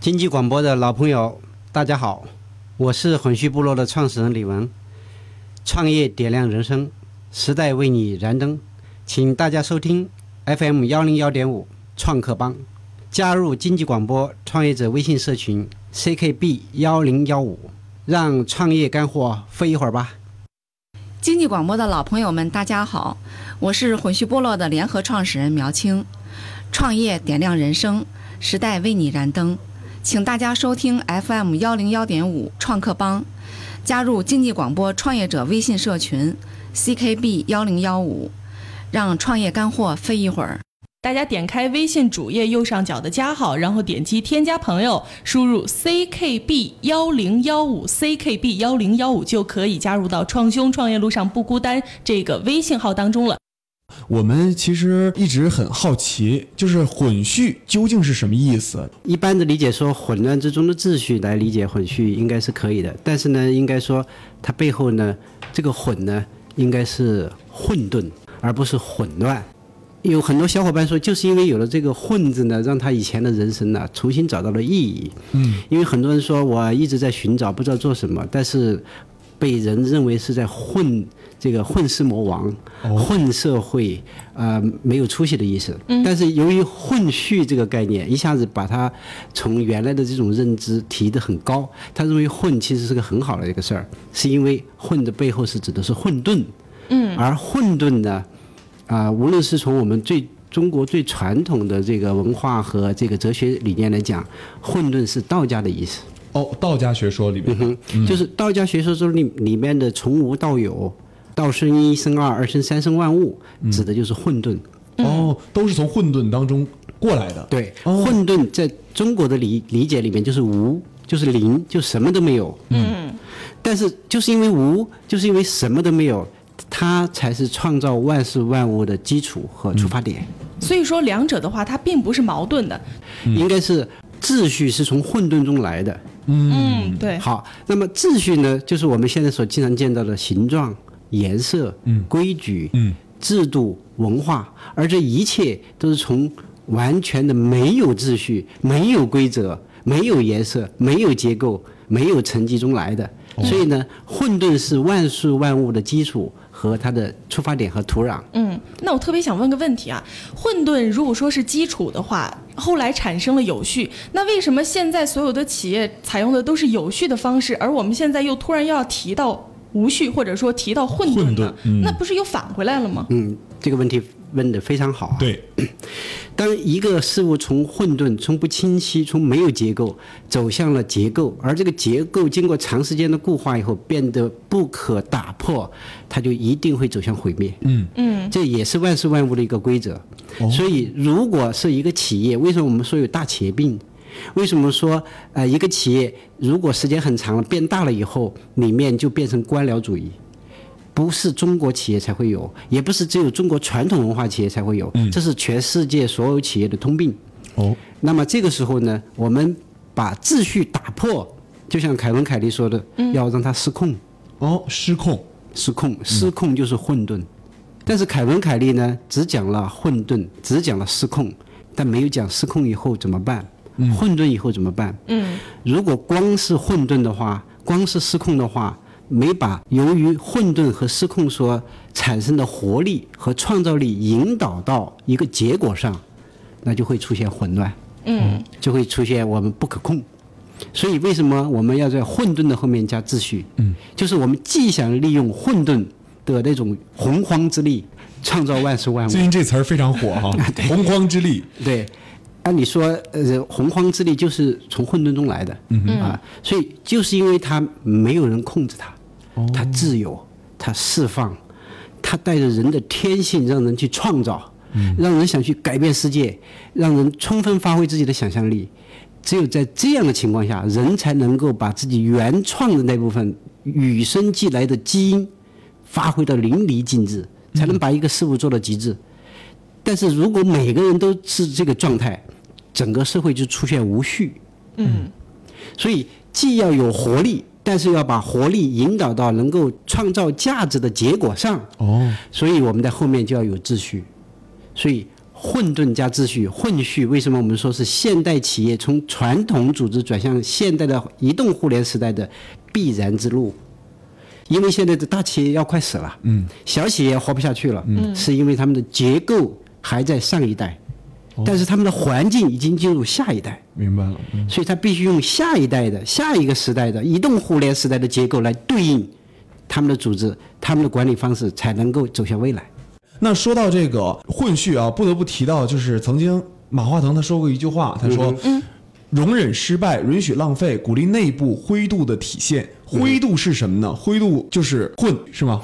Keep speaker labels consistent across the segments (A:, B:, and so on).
A: 经济广播的老朋友，大家好，我是混序部落的创始人李文。创业点亮人生，时代为你燃灯，请大家收听 FM 幺零幺点五创客帮，加入经济广播创业者微信社群 CKB 幺零幺五，让创业干货飞一会儿吧。
B: 经济广播的老朋友们，大家好，我是混序部落的联合创始人苗青。创业点亮人生，时代为你燃灯，请大家收听 FM 幺零幺点五创客帮，加入经济广播创业者微信社群 CKB 幺零幺五，让创业干货飞一会儿。
C: 大家点开微信主页右上角的加号，然后点击添加朋友，输入 ckb 幺零幺五 ckb 幺零幺五就可以加入到“创兄创业路上不孤单”这个微信号当中了。
D: 我们其实一直很好奇，就是混序究竟是什么意思？
A: 一般的理解说混乱之中的秩序来理解混序应该是可以的，但是呢，应该说它背后呢，这个混呢应该是混沌，而不是混乱。有很多小伙伴说，就是因为有了这个“混”字呢，让他以前的人生呢重新找到了意义。
D: 嗯，
A: 因为很多人说我一直在寻找，不知道做什么，但是被人认为是在混这个混世魔王、混社会，呃，没有出息的意思。但是由于“混序”这个概念，一下子把它从原来的这种认知提得很高，他认为“混”其实是个很好的一个事儿，是因为“混”的背后是指的是混沌。嗯，而混沌呢？啊、无论是从我们最中国最传统的这个文化和这个哲学理念来讲，混沌是道家的意思。嗯
D: 哦，道家学说里面的，
A: 就是道家学说中里里面的从无到有，道生一，生二，二生三，生万物，指的就是混沌。
D: 哦，都是从混沌当中过来的。哦
A: 对，混沌在中国的理理解里面就是无，就是零，就什么都没有。嗯，但是就是因为无，就是因为什么都没有，它才是创造万事万物的基础和出发点。
C: 所以说，两者的话，它并不是矛盾的。
A: 应该是秩序是从混沌中来的。
C: 嗯，对，
A: 好，那么秩序呢，就是我们现在所经常见到的形状、颜色、规矩、
D: 嗯
A: 制度、文化，而这一切都是从完全的没有秩序、没有规则、没有颜色、没有结构、没有成绩中来的。所以呢，混沌是万事万物的基础和它的出发点和土壤。
C: 嗯。那我特别想问个问题啊，混沌如果说是基础的话，后来产生了有序，那为什么现在所有的企业采用的都是有序的方式，而我们现在又突然又要提到无序，或者说提到混沌
D: 混
C: 呢
D: 沌？嗯
C: 那不是又返回来了吗？
A: 嗯，这个问题问得非常好啊。
D: 对，
A: 当一个事物从混沌、从不清晰、从没有结构走向了结构，而这个结构经过长时间的固化以后变得不可打破，它就一定会走向毁灭。
D: 嗯
A: 嗯，这也是万事万物的一个规则。所以，如果是一个企业，为什么我们说有大企业病？为什么说呃一个企业如果时间很长了变大了以后，里面就变成官僚主义？不是中国企业才会有，也不是只有中国传统文化企业才会有，这是全世界所有企业的通病。
D: 哦，
A: 那么这个时候呢，我们把秩序打破，就像凯文·凯利说的，要让它失控，
D: 哦，失控，
A: 失控，失控就是混沌。但是凯文·凯利呢，只讲了混沌，只讲了失控，但没有讲失控以后怎么办，混沌以后怎么办。
C: 嗯，
A: 如果光是混沌的话，光是失控的话，没把由于混沌和失控所产生的活力和创造力引导到一个结果上，那就会出现混乱，
C: 嗯，
A: 就会出现我们不可控。所以，为什么我们要在混沌的后面加秩序？嗯，就是我们既想利用混沌的那种洪荒之力，创造万事万物
D: 最，近这词儿非常火 哈，洪荒之力。
A: 对，按理说，呃，洪荒之力就是从混沌中来的，嗯、啊，所以就是因为它没有人控制它，它自由，它释放，它带着人的天性，让人去创造，让人想去改变世界，让人充分发挥自己的想象力。只有在这样的情况下，人才能够把自己原创的那部分与生俱来的基因发挥到淋漓尽致，才能把一个事物做到极致。但是如果每个人都是这个状态，整个社会就出现无序。嗯，所以既要有活力，但是要把活力引导到能够创造价值的结果上。
D: 哦，
A: 所以我们在后面就要有秩序。所以混沌加秩序，混序为什么我们说是现代企业从传统组织转向现代的移动互联时代的必然之路？因为现在的大企业要快死了，嗯，小企业活不下去了，嗯，是因为他们的结构还在上一代，但是他们的环境已经进入下一代，
D: 明白了，嗯
A: 所以它必须用下一代的、下一个时代的移动互联时代的结构来对应他们的组织、他们的管理方式，才能够走向未来。
D: 那说到这个混序啊，不得不提到就是曾经马化腾他说过一句话，他说：“容忍失败，允许浪费，鼓励内部灰度的体现。灰度是什么呢？灰度就是混，是吗？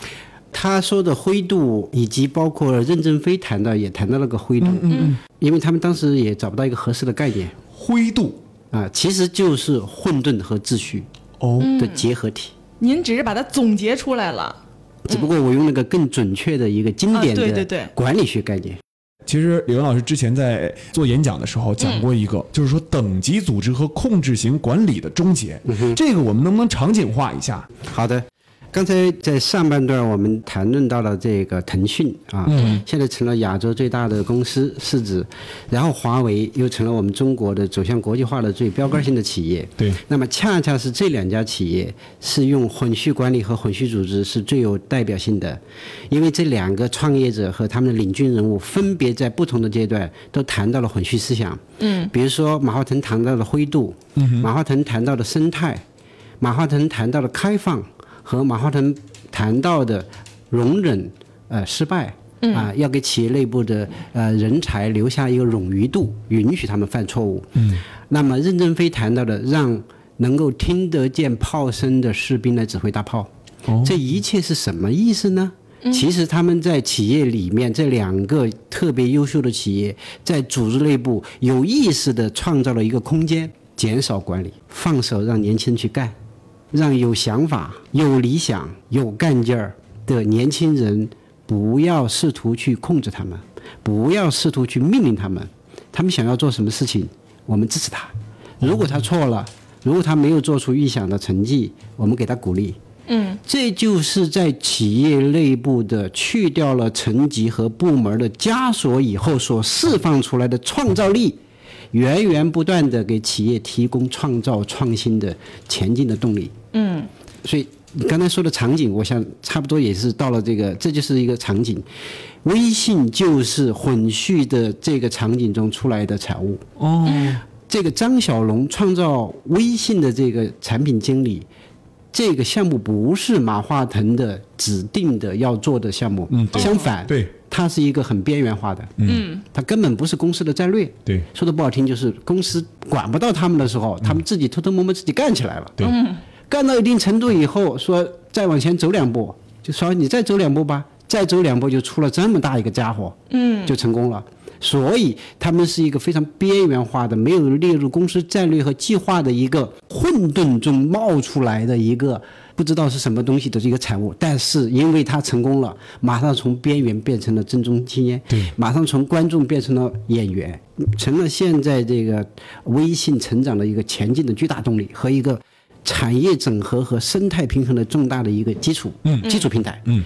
A: 他说的灰度，以及包括任正非谈到也谈到了个灰度，嗯，因为他们当时也找不到一个合适的概念
D: 灰度
A: 啊，其实就是混沌和秩序
D: 哦，
C: 嗯
A: 的结合体。
C: 您只是把它总结出来了，
A: 只不过我用了个更准确的一个经典
C: 啊对对对
A: 的管理学概念，
D: 其实李文老师之前在做演讲的时候讲过一个，就是说等级组织和控制型管理的终结。这个我们能不能场景化一下？
A: 好的，刚才在上半段我们谈论到了这个腾讯啊，
C: 嗯
A: 现在成了亚洲最大的公司市值，然后华为又成了我们中国的走向国际化的最标杆性的企业。
D: 对，
A: 那么恰恰是这两家企业是用混序管理和混序组织是最有代表性的，因为这两个创业者和他们的领军人物分别在不同的阶段都谈到了混序思想。嗯，比如说马化腾谈到了灰度，马化腾谈到了生态，马化腾谈到了开放和马化腾谈到的容忍呃失败。啊，要给企业内部的呃人才留下一个冗余度，允许他们犯错误。嗯，那么任正非谈到的，让能够听得见炮声的士兵来指挥大炮，这一切是什么意思呢？其实他们在企业里面，这两个特别优秀的企业，在组织内部有意识地创造了一个空间，减少管理，放手让年轻人去干，让有想法、有理想、有干劲儿的年轻人不要试图去控制他们，不要试图去命令他们，他们想要做什么事情，我们支持他。如果他错了，如果他没有做出预想的成绩，我们给他鼓励。嗯，这就是在企业内部的去掉了层级和部门的枷锁以后所释放出来的创造力，源源不断的给企业提供创造创新的前进的动力。嗯，所以你刚才说的场景，我想差不多也是到了这个，这就是一个场景。微信就是混序的这个场景中出来的产物。
D: 哦，
A: 这个张小龙创造微信的这个产品经理，这个项目不是马化腾的指定的要做的项目，
D: 嗯对
A: 相反，
D: 对
A: 它是一个很边缘化的，嗯，它根本不是公司的战略。
D: 对
A: 说的不好听，就是公司管不到他们的时候，他们自己偷偷摸摸自己干起来了。
D: 对，
A: 干到一定程度以后，说再往前走两步，就说你再走两步吧，再走两步就出了这么大一个家伙，嗯，就成功了。所以他们是一个非常边缘化的，没有列入公司战略和计划的一个混沌中冒出来的一个不知道是什么东西的一个产物。但是因为他成功了，马上从边缘变成了正中青年，
D: 对
A: 马上从观众变成了演员，成了现在这个微信成长的一个前进的巨大动力和一个产业整合和生态平衡的重大的一个基础，嗯，基础平台，嗯，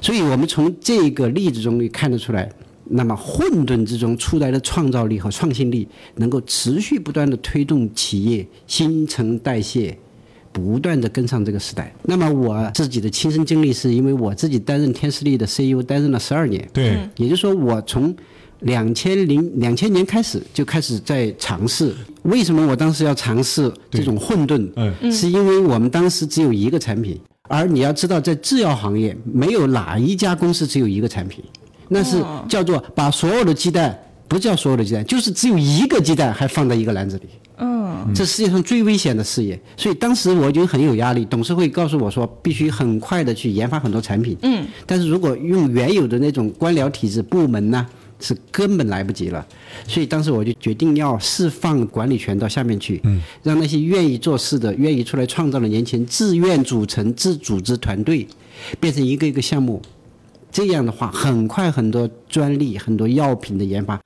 A: 所以我们从这个例子中也看得出来，那么混沌之中出来的创造力和创新力，能够持续不断的推动企业新陈代谢。不断的跟上这个时代。那么我自己的亲身经历是因为我自己担任天士力的 CEO，担任了十二年。
D: 对
A: 也就是说，我从两千零两千年开始就开始在尝试。为什么我当时要尝试这种混沌？
D: 嗯
A: 是因为我们当时只有一个产品，而你要知道，在制药行业，没有哪一家公司只有一个产品，那是叫做把所有的鸡蛋。不叫所有的鸡蛋，就是只有一个鸡蛋，还放在一个篮子里。这世界上最危险的事业，所以当时我就很有压力。董事会告诉我说，必须很快的去研发很多产品。嗯，但是如果用原有的那种官僚体制部门呢，是根本来不及了。所以当时我就决定要释放管理权到下面去，嗯，让那些愿意做事的、愿意出来创造的年轻人自愿组成自组织团队，变成一个一个项目。这样的话，很快很多专利、很多药品的研发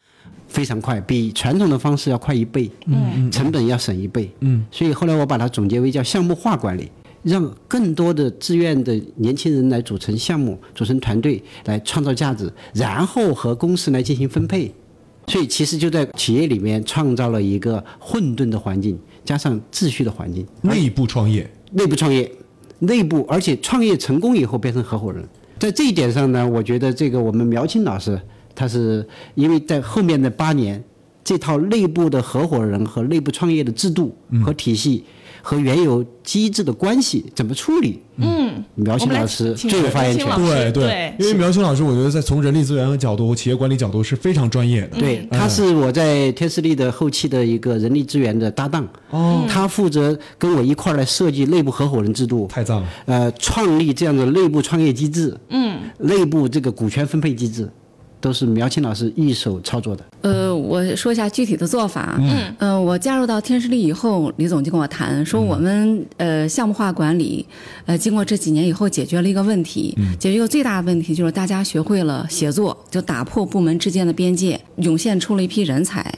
A: 非常快，比传统的方式要快一倍，嗯，成本要省一倍，嗯，所以后来我把它总结为叫项目化管理，让更多的志愿的年轻人来组成项目、组成团队来创造价值，然后和公司来进行分配，所以其实就在企业里面创造了一个混沌的环境，加上秩序的环境，
D: 内部创业，
A: 内部创业，内部而且创业成功以后变成合伙人，在这一点上呢，我觉得这个我们苗青老师他是因为在后面的八年，这套内部的合伙人和内部创业的制度和体系。和原有机制的关系怎么处理？嗯，苗青老师最有发言权。
C: 对
D: 对对，因为苗青老师，我觉得在从人力资源的角度、企业管理角度是非常专业的。
A: 对，他是我在天士力的后期的一个人力资源的搭档，哦，他负责跟我一块儿来设计内部合伙人制度，
D: 太赞了。
A: 呃，创立这样的内部创业机制，嗯，内部这个股权分配机制，都是苗青老师一手操作的。
B: 呃，我说一下具体的做法。嗯，呃，我加入到天士力以后，李总就跟我谈说，我们、呃项目化管理，呃，经过这几年以后，解决了一个问题，解决一个最大的问题就是大家学会了协作，就打破部门之间的边界，涌现出了一批人才。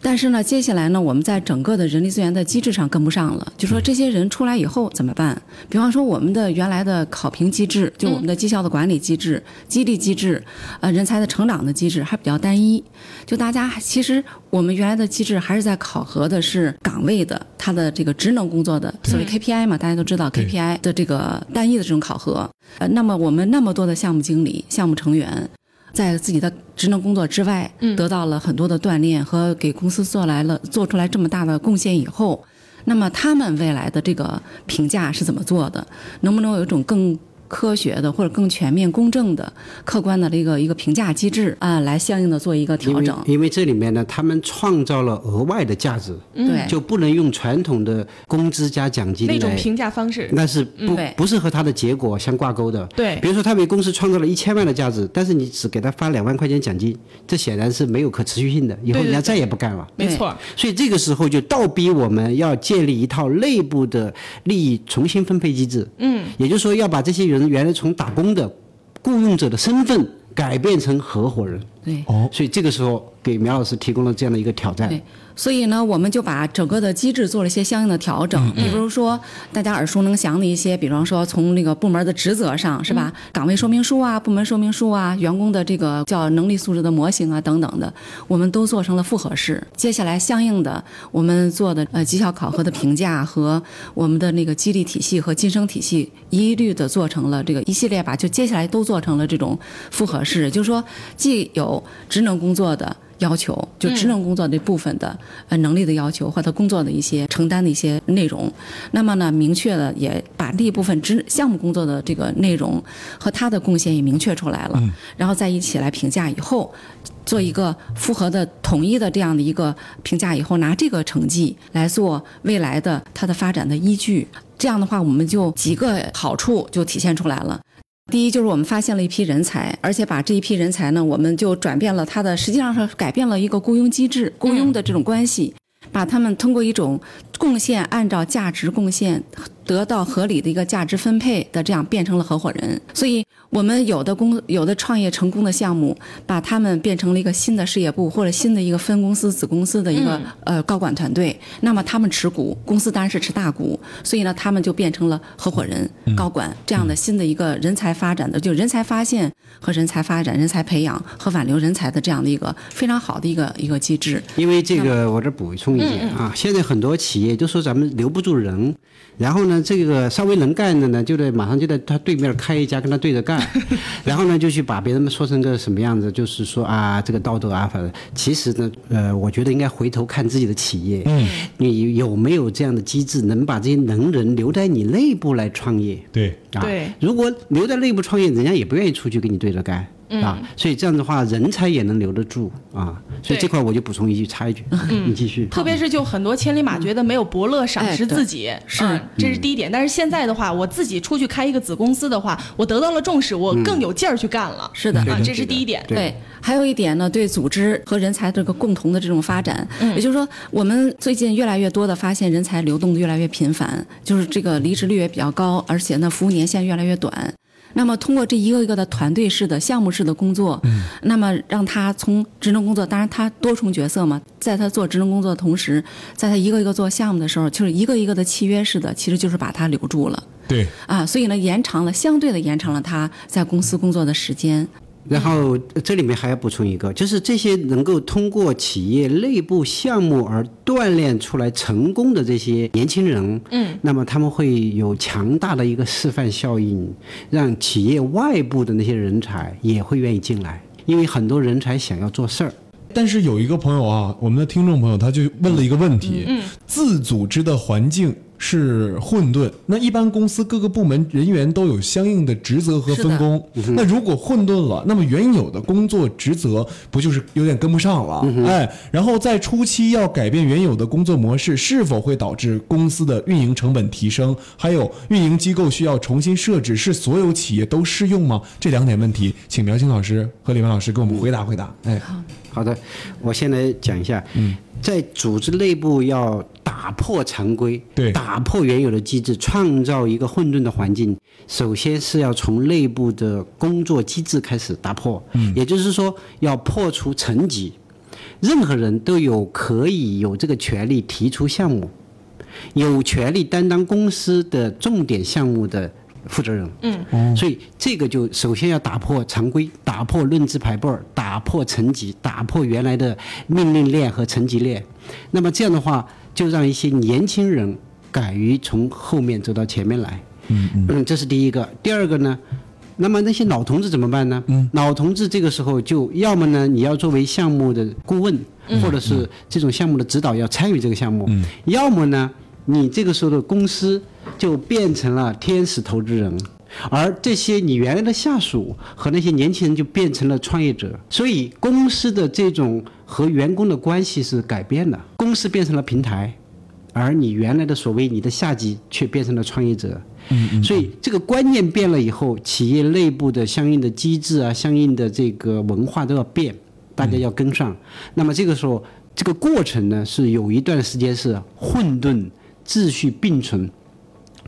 B: 但是呢，接下来呢，我们在整个的人力资源的机制上跟不上了。就说这些人出来以后怎么办？比方说我们的原来的考评机制，就我们的绩效的管理机制、激励机制，呃，人才的成长的机制还比较单一。就大家还其实我们原来的机制还是在考核的是岗位的他的这个职能工作的所谓 KPI 嘛，大家都知道
D: 对
B: KPI 的这个单一的这种考核。呃，那么我们那么多的项目经理、项目成员，在自己的职能工作之外，得到了很多的锻炼和给公司做来了做出来这么大的贡献以后，那么他们未来的这个评价是怎么做的？能不能有一种更科学的或者更全面、公正的、客观的一个一个评价机制啊，来相应的做一个
A: 因
B: 调
A: 为
B: 整？
A: 因为这里面呢，他们创造了额外的价值，
B: 对，
A: 就不能用传统的工资加奖金
C: 嗯那种
A: 来
C: 评价方式，
A: 那是不、
B: 对
A: 不是和他的结果相挂钩的。
C: 对
A: 比如说他为公司创造了一千万的价值，但是你只给他发两万块钱奖金，这显然是没有可持续性的，以后
C: 对对
A: 人家
C: 对
A: 再也不干了。
C: 没错，
A: 所以这个时候就倒逼我们要建立一套内部的利益重新分配机制。嗯，也就是说要把这些人原来从打工的雇佣者的身份改变成合伙人。
B: 对。
D: 哦，
A: 所以这个时候给苗老师提供了这样的一个挑战。
B: 对，所以呢，我们就把整个的机制做了一些相应的调整，比如说大家耳熟能详的一些，比方说从那个部门的职责上是吧，岗位说明书啊、部门说明书啊、员工的这个叫能力素质的模型啊等等的，我们都做成了复合式。接下来相应的，我们做的呃绩效考核的评价和我们的那个激励体系和晋升体系，一律的做成了这个一系列吧，就接下来都做成了这种复合式，就是说既有职能工作的。要求，就职能工作这部分的、呃能力的要求或者工作的一些承担的一些内容。那么呢，明确的也把这一部分职项目工作的这个内容和他的贡献也明确出来了，然后在一起来评价以后。做一个复合的、统一的这样的一个评价以后，拿这个成绩来做未来的它的发展的依据。这样的话，我们就几个好处就体现出来了。第一就是我们发现了一批人才，而且把这一批人才呢，我们就转变了他的，实际上是改变了一个雇佣机制、雇佣的这种关系，把他们通过一种贡献，按照价值贡献得到合理的一个价值分配的，这样变成了合伙人。所以，我们有的公有的创业成功的项目，把他们变成了一个新的事业部或者新的一个分公司、子公司的一个、呃高管团队。那么他们持股，公司当然是持大股，所以呢，他们就变成了合伙人、高管这样的新的一个人才发展的，就人才发现和人才发展、人才培养和挽留人才的这样的一个非常好的一个一个机制。
A: 因为这个，我这补充一点啊，现在很多企业就说咱们留不住人，然后呢，这个稍微能干的呢，就在马上就在他对面开一家跟他对着干，然后呢，就去把别人说成个什么样子，就是说啊，这个道德啊，反正其实呢，呃，我觉得应该回头看自己的企业，嗯，你有没有这样的机制，能把这些能人留在你内部来创业？
D: 对，
A: 啊，
C: 对
A: 如果留在内部创业，人家也不愿意出去跟你对着干。
C: 嗯
A: 啊，所以这样的话，人才也能留得住啊。所以
C: 对嗯
A: 这块我就补充一句，插一句， 你继续。
C: 特别是就很多千里马觉得没有伯乐赏识
B: 哎对
C: 自己，
B: 是
C: 嗯这是第一点。但是现在的话，我自己出去开一个子公司的话，我得到了重视，我更有劲儿去干了。
B: 嗯是的，
C: 啊，
A: 的
C: 这是第一点。
A: 对
B: 对，还有一点呢，对组织和人才这个共同的这种发展，也就是说，我们最近越来越多的发现人才流动得越来越频繁，就是这个离职率也比较高，而且呢，服务年限越来越短。那么通过这一个一个的团队式的、项目式的工作，那么让他从职能工作，当然他多重角色嘛，在他做职能工作的同时，在他一个一个做项目的时候，就是一个一个的契约式的，其实就是把他留住了。
D: 对，
B: 啊，所以呢，延长了相对的延长了他在公司工作的时间。
A: 然后呃这里面还要补充一个，就是这些能够通过企业内部项目而锻炼出来成功的这些年轻人，嗯，那么他们会有强大的一个示范效应，让企业外部的那些人才也会愿意进来，因为很多人才想要做事儿，
D: 但是有一个朋友啊，我们的听众朋友，他就问了一个问题：自组织的环境是混沌，那一般公司各个部门人员都有相应的职责和分工。那如果混沌了，那么原有的工作职责不就是有点跟不上了？哎，然后在初期要改变原有的工作模式，是否会导致公司的运营成本提升？还有运营机构需要重新设置，是所有企业都适用吗？这两点问题，请苗青老师和李文老师给我们回答回答。哎。
A: 好的，我先来讲一下，在组织内部要打破常规，
D: 对
A: 打破原有的机制，创造一个混沌的环境，首先是要从内部的工作机制开始打破，嗯，也就是说要破除层级，任何人都有可以有这个权利提出项目，有权利担当公司的重点项目的负责人。嗯，所以这个就首先要打破常规，打破论资排辈儿，打破层级，打破原来的命令链和层级链。那么这样的话，就让一些年轻人敢于从后面走到前面来。嗯嗯，这是第一个。第二个呢？那么那些老同志怎么办呢？嗯，老同志这个时候就要么呢，你要作为项目的顾问，或者是这种项目的指导，要参与这个项目；要么呢，你这个时候的公司就变成了天使投资人，而这些你原来的下属和那些年轻人就变成了创业者，所以公司的这种和员工的关系是改变了，公司变成了平台。而你原来的所谓你的下级却变成了创业者。嗯所以这个观念变了以后，企业内部的相应的机制啊，相应的这个文化都要变，大家要跟上。那么这个时候，这个过程呢是有一段时间是混沌、秩序并存。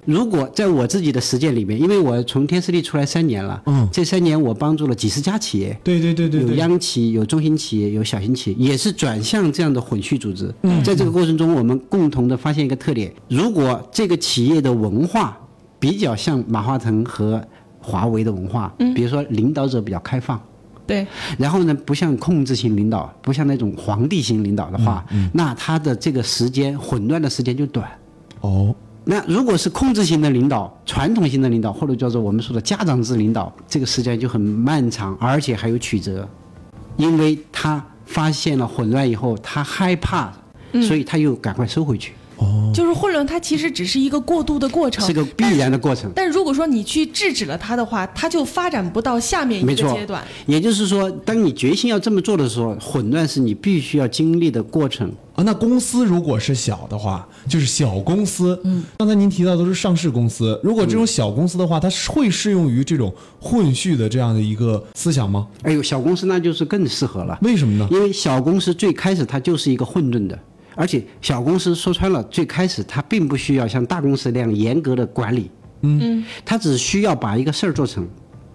A: 如果在我自己的实践里面，因为我从天士力出来三年了，
D: 嗯
A: 这三年我帮助了几十家企业，
D: 对对对对
A: 有
D: 对，
A: 央企、有中型企业、有小型企业，也是转向这样的混序组织。
D: 嗯
A: 在这个过程中，我们共同的发现一个特点：如果这个企业的文化比较像马化腾和华为的文化，
D: 嗯
A: 比如说领导者比较开放，
C: 对，
A: 然后呢，不像控制型领导，不像那种皇帝型领导的话，
D: 嗯
A: 那他的这个时间混乱的时间就短。
D: 哦，
A: 那如果是控制型的领导、传统型的领导，或者叫做我们说的家长制领导，这个时间就很漫长，而且还有曲折，因为他发现了混乱以后，他害怕，
C: 嗯
A: 所以他又赶快收回去，
C: 就是混乱，它其实只是一个过渡的过程，
A: 嗯是个必然的过程。
C: 但如果说你去制止了它的话，它就发展不到下面一个
A: 没错
C: 阶段。
A: 也就是说，当你决心要这么做的时候，混乱是你必须要经历的过程。
D: 啊，那公司如果是小的话，就是小公司。嗯，刚才您提到都是上市公司，如果这种小公司的话，它是会适用于这种混序的这样的一个思想吗？
A: 哎呦，小公司那就是更适合了。
D: 为什么呢？
A: 因为小公司最开始它就是一个混沌的，而且小公司说穿了，最开始它并不需要像大公司那样严格的管理，嗯，它只需要把一个事儿做成，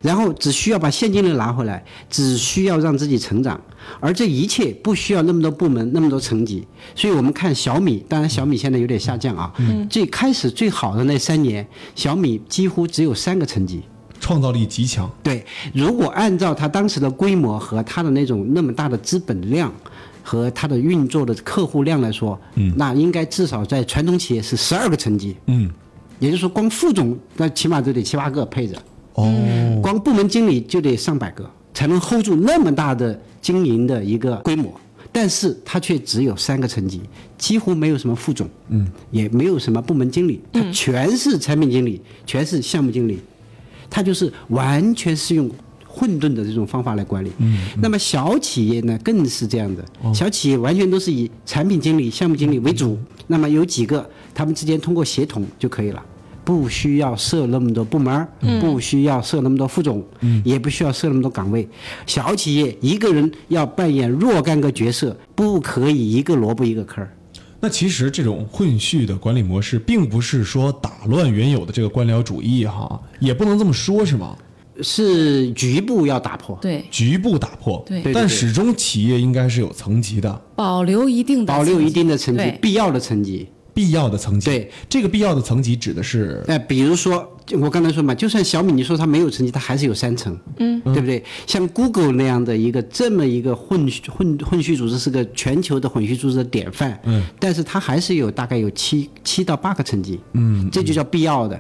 A: 然后只需要把现金流拿回来，只需要让自己成长，而这一切不需要那么多部门、那么多层级。所以我们看小米，当然小米现在有点下降啊，
D: 嗯
A: 最开始最好的那三年，小米几乎只有三个层级，
D: 创造力极强。
A: 对，如果按照它当时的规模和它的那种那么大的资本量。和它的运作的客户量来说，嗯，那应该至少在传统企业是十二个层级，
D: 嗯，
A: 也就是说，光副总那起码都得七八个配着，
D: 哦，
A: 光部门经理就得上百个，才能 hold 住那么大的经营的一个规模。但是它却只有三个层级，几乎没有什么副总，嗯，也没有什么部门经理，它全是产品经理，全是项目经理，它就是完全是用混沌的这种方法来管理。嗯，哦那么小企业呢，更是这样的，小企业完全都是以产品经理、项目经理为主，那么有几个他们之间通过协同就可以了。不需要设那么多部门儿，不需要设那么多副总，也不需要设那么多岗位。小企业一个人要扮演若干个角色，不可以一个萝卜一个坑儿。
D: 那其实这种混序的管理模式，并不是说打乱原有的这个官僚主义哈，也不能这么说，是吗？
A: 是局部要打破，
B: 对，
D: 局部打破，
B: 对
A: 对对
D: 但始终企业应该是有层级的。
B: 保留一定的
A: 保留一定的层级
B: 对，
A: 必要的层级。
D: 必要的层级。
A: 对，
D: 这个必要的层级指的是
A: 哎、比如说就我刚才说嘛，就算小米，你说它没有层级，它还是有三层，嗯，对不对？像 Google 那样的一个这么一个混序混混序组织，是个全球的混序组织的典范，嗯，但是它还是有大概有七七到八个层级，嗯，这就叫必要的，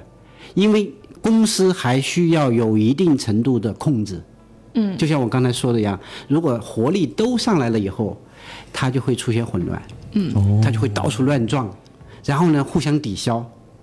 A: 因为公司还需要有一定程度的控制，嗯，就像我刚才说的一样，如果活力都上来了以后，它就会出现混乱，嗯，它就会到处乱撞，然后呢互相抵消，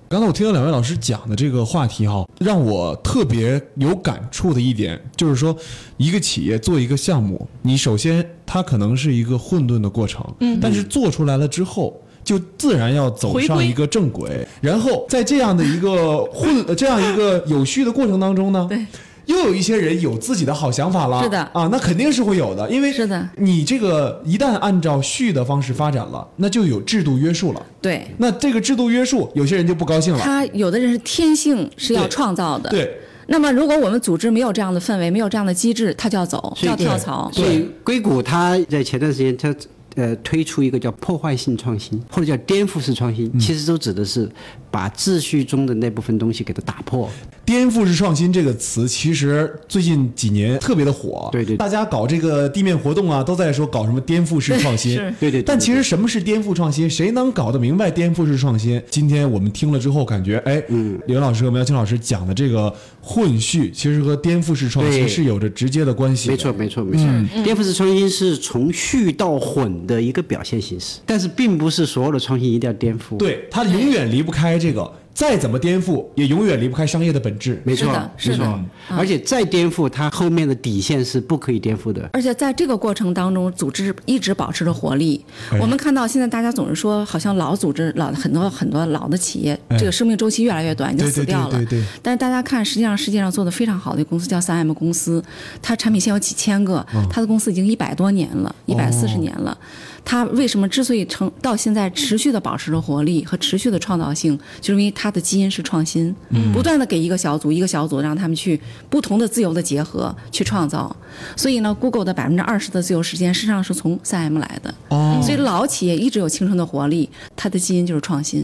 D: 刚才我听到两位老师讲的这个话题哈，让我特别有感触的一点就是说，一个企业做一个项目，你首先它可能是一个混沌的过程，嗯，但是做出来了之后。就自然要走
C: 回
D: 上
C: 归
D: 一个正轨，然后在这样的一个混、 呃这样一个有序的过程当中呢，对，又有一些人有自己的好想法了，
B: 是的
D: 啊，那肯定是会有的，因为
B: 是的
D: 你这个一旦按照序的方式发展了，那就有制度约束了，
B: 对，
D: 那这个制度约束，有些人就不高兴了，
B: 他有的人是天性是要
D: 对
B: 创造的，
D: 对，
B: 那么，如果我们组织没有这样的氛围，没有这样的机制，他就要走，
A: 所以
B: 要
A: 对
B: 跳槽。
A: 所以硅谷它在前段时间它呃推出一个叫破坏性创新，或者叫颠覆式创新，其实都指的是把秩序中的那部分东西给它打破。
D: 颠覆式创新这个词，其实最近几年特别的火。
A: 对对对
D: 大家搞这个地面活动啊，都在说搞什么颠覆式创新。
B: 是
A: 对对对
D: 但其实什么是颠覆创新？谁能搞得明白颠覆式创新？今天我们听了之后，感觉哎，嗯，刘老师和苗青老师讲的这个混序，其实和颠覆式创新
A: 对
D: 是有着直接的关系的。
A: 没错，没错，没错。
B: 嗯
A: 颠覆式创新是从序到混的一个表现形式，但是并不是所有的创新一定要颠覆。，
D: 对，它永远离不开这个，再怎么颠覆，也永远离不开商业的本质。
A: 没错，
B: 是的是
A: 没
B: 的嗯
A: 错。而且再颠覆，它后面的底线是不可以颠覆的。
B: 而且在这个过程当中，组织一直保持着活力。我们看到现在大家总是说，好像老组织、老很多很多老的企业，这个生命周期越来越短，已经
D: 对
B: 死
D: 对对
B: 掉了
D: 对。对。
B: 但是大家看，实际上世界上做的非常好的公司叫三 M 公司，它产品线有几千个，它的公司已经一百多年了，一百四十年了。它为什么之所以成到现在持续的保持着活力和持续的创造性，就是因为它的基因是创新，不断的给一个小组一个小组，让他们去不同的自由的结合去创造。所以呢，Google 的百分之二十的自由时间实际上是从三 M 来的。
D: 哦
B: 所以老企业一直有青春的活力，它的基因就是创新。